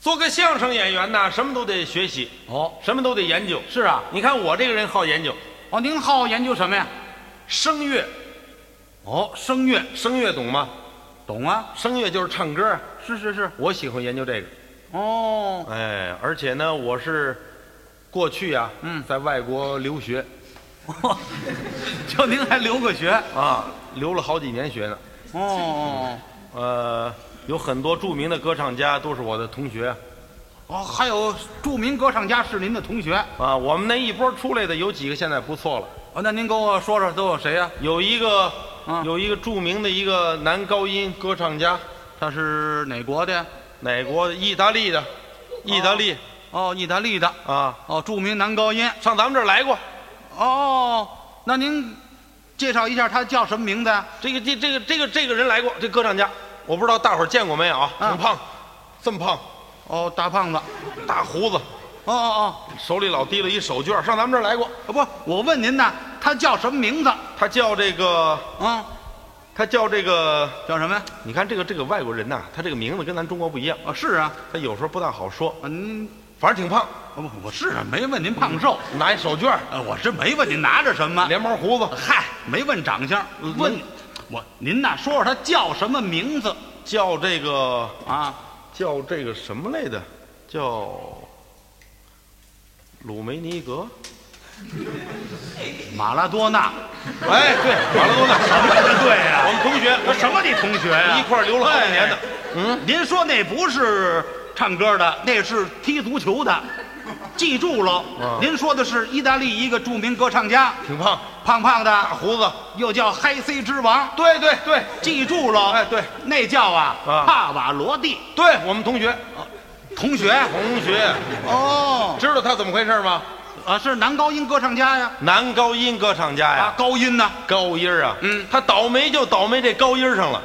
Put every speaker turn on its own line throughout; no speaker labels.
做个相声演员呐，什么都得学习，
哦，
什么都得研究。
是啊，
你看我这个人好研究，
哦，您好研究什么呀？
声乐，
哦，声乐，
声乐懂吗？
懂啊？
声乐就是唱歌，
是是是，
我喜欢研究这个。
哦，
哎，而且呢，我是过去啊，
嗯
在外国留学
就您还留过学？
啊，留了好几年学呢。
哦
呃，有很多著名的歌唱家都是我的同学
哦，还有著名歌唱家是您的同学
啊。我们那一波出来的有几个现在不错了，
哦，那您给我说说都有谁啊呀、
有一个、
嗯
有一个著名的一个男高音歌唱家，
他是哪国的呀？
哪国的？意大利的，意大利、
哦，意大利的。
啊，
哦，著名男高音。
上咱们这儿来过。
哦，那您介绍一下他叫什么名字呀、
这个这这个这个这个人来过，这歌唱家，我不知道大伙儿见过没有啊？
嗯
挺胖，这么胖，
哦，大胖子。
大胡子，
哦哦
手里老提了一手绢儿，上咱们这儿来过。
哦，不，我问您呢，他叫什么名字？
他叫这个，
嗯，
他叫这个，
叫什么呀？
你看这个这个外国人呐、他这个名字跟咱中国不一样，
哦，是啊，
他有时候不大好说，
啊您，
反正挺胖，
哦不，我是啊，没问您胖瘦，
拿一手绢儿，
呃，我是没问您拿着什么，
连毛胡子，
嗨，没问长相，
嗯
问我您呐，说说他叫什么名字
叫这个
啊？
叫这个什么来的，叫鲁梅尼格。
马拉 多纳，
哎，对，马拉多纳，
什么对呀、
我们同学，
我什么你同学呀、哎
一块儿留了好几年的。嗯，
您说那不是唱歌的，那是踢足球的，记住喽。
嗯
您说的是意大利一个著名歌唱家，
挺胖，
胖胖
大
的，
胡子。
又叫嗨 C 之王，
对对对
记住喽。
哎对，
那叫啊
啊
帕瓦罗蒂
对，我们同学，
同学。
同学，
哦，
知道他怎么回事吗？
啊，是男高音歌唱家呀，
男高音歌唱家
啊
哎呀，，
高音呢？
高音儿啊，
嗯
他倒霉就倒霉这高音儿上了，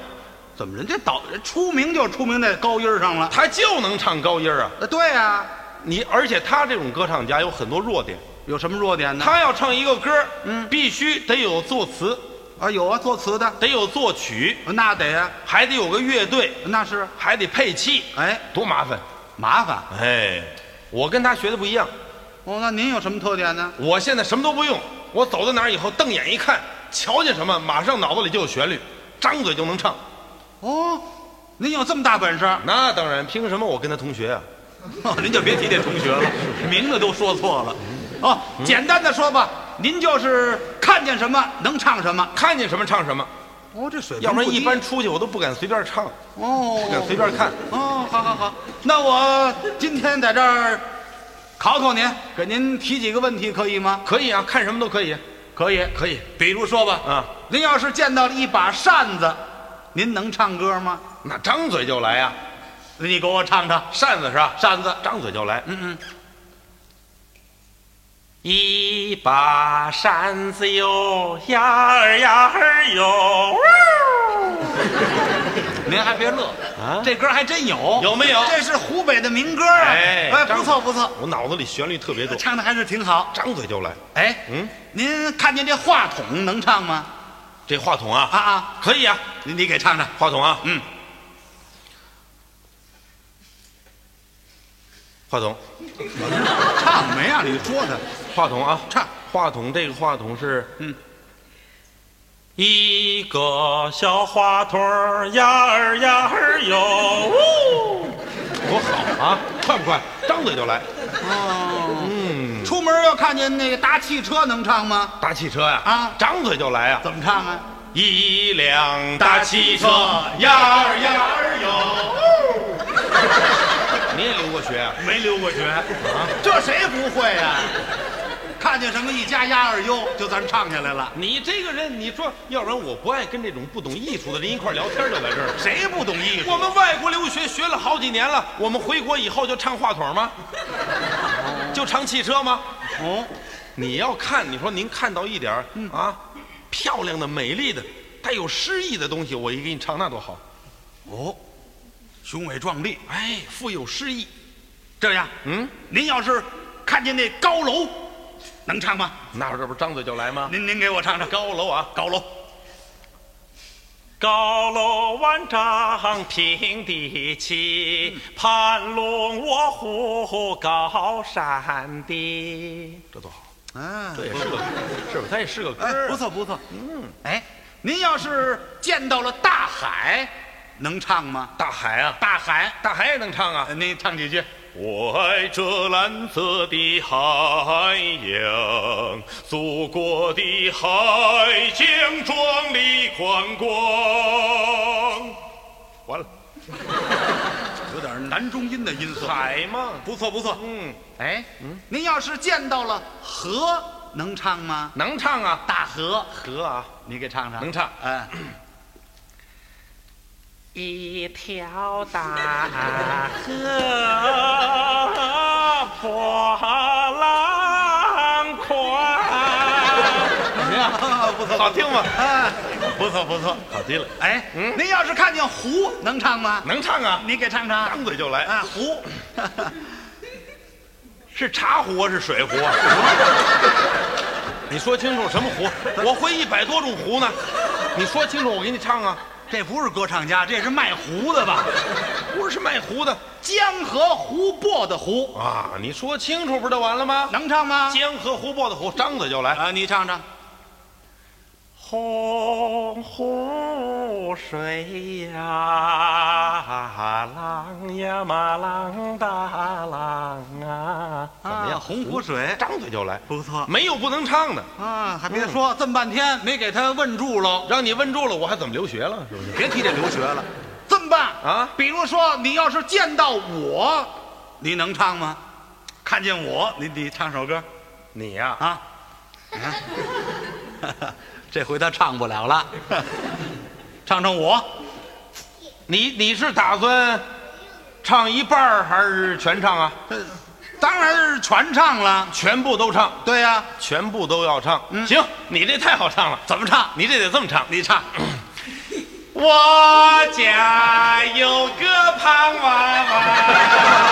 怎么人家导出名就出名在高音上了？
他就能唱高音儿啊。
呃，对呀，
你而且他这种歌唱家有很多弱点，
有什么弱点呢？
他要唱一个歌，
嗯
必须得有作词，
啊，有啊，作词的，呃
得有作曲，
那得呀，呃
还得有个乐队，
那是，
还得配器，
哎，
多麻烦。
麻烦。
哎，我跟他学的不一样，
哦，那您有什么特点呢？
我现在什么都不用，我走到哪儿以后，瞪眼一看，瞧见什么，马上脑子里就有旋律，张嘴就能唱。
哦，您有这么大本事，哦
那当然，凭什么我跟他同学啊？
您就别提这同学了，名字都说错了。哦，简单的说吧，您就是看见什么能唱什么。
看见什么唱什么，
哦，这水
要不然一般出去我都不敢随便唱，不敢随
哦
便看。
哦，好好好，那我今天在这儿考考您，给您提几个问题可以吗？
可以啊，看什么都可以，
可以。
可以
比如说吧，
啊。
您要是见到了一把扇子，您能唱歌吗？
那张嘴就来啊，
你给我唱唱
扇子是吧？
扇子。
张嘴就来。
嗯嗯。
一把扇子哟，呀儿呀儿哟，
您还别乐
啊
这歌还真有，
有没有
这是湖北的民歌啊！
哎
不错不错，
我脑子里旋律特别多，
唱的还是挺好。
张嘴就来。
哎，
嗯，
您看见这话筒能唱吗？
这话筒啊，
啊啊，
可以啊，
你你给唱唱。
话筒啊，
嗯，
话筒，
唱没让你说他
话筒啊，
唱。
话筒这个话筒是
嗯，
一个小话筒儿呀儿呀儿哟，呜多好啊，快不快？张嘴就来。
哦，
嗯，
出门要看见那个搭汽车能唱吗？
搭汽车呀、
啊
张嘴就来啊。
怎么唱啊？
一辆
大汽车
呀儿呀儿哟。你也留过学啊？
没留过学啊，这谁不会呀、看见什么一加鸭二优，就咱唱下来了。
你这个人，你说，要不然我不爱跟这种不懂艺术的人一块儿聊天，就在这儿。
谁不懂艺术？
我们外国留学学了好几年了，我们回国以后就唱话筒吗？就唱汽车吗？
哦，
你要看，你说您看到一点儿啊，漂亮的、美丽的、带有诗意的东西，我一给你唱，那多好！
哦，雄伟壮丽。
哎，富有诗意。
这样，
嗯，
您要是看见那高楼，能唱吗？
那这不是张嘴就来吗？
您您给我唱唱
高楼啊，
高楼。
高楼万丈平地起，盘龙卧虎高山低。这多好！
啊，
这也是个，是不是？它也是个歌
哎，
儿。啊
不错不错。嗯，哎，您要是见到了大海，能唱吗？
大海啊，
大海，
大海也能唱啊
呃。您唱几句。
我爱这蓝色的海洋，祖国的海疆壮丽宽广。完了，
有点男中音的音色。
海嘛，
不错不错。
嗯，
哎，您要是见到了河，能唱吗？
能唱啊，
大河，
河啊，
你给唱唱。
能唱
哎，
一条大河波浪宽。
不 错，
好听吗？
啊，不错不错。
好极了，
哎，
嗯
您要是看见湖，能唱吗？
能唱啊，
你给唱唱。
张嘴就来。
啊，湖，
是茶壶啊，是水壶啊？你说清楚什么壶？我会一百多种壶呢。你说清楚，我给你唱啊。
这不是歌唱家，这是卖壶的吧？
不是卖壶的
江河湖泊的湖，
啊！你说清楚不就完了吗？
能唱吗？
江河湖泊的湖，张嘴就来。
啊，你唱唱。
洪湖水呀，浪呀嘛浪大浪啊！怎么
啊，
样？
洪湖水
张嘴就来，
不错
没有不能唱的。
啊，还别说，这么半天没给他问住喽。
让你问住了，我还怎么留学了？是不是？
别提这留学了。这么办
啊
比如说，你要是见到我，你能唱吗？看见我，你你唱首歌
你呀、
啊？啊 这回他唱不了了，唱成我
你你是打算唱一半儿还是全唱啊？
当然是全唱了。
全部都唱，
对呀、
全部都要唱。
嗯
行，你这太好唱了，
怎么唱？
你这得这么唱。
你唱。
我家有个胖娃娃，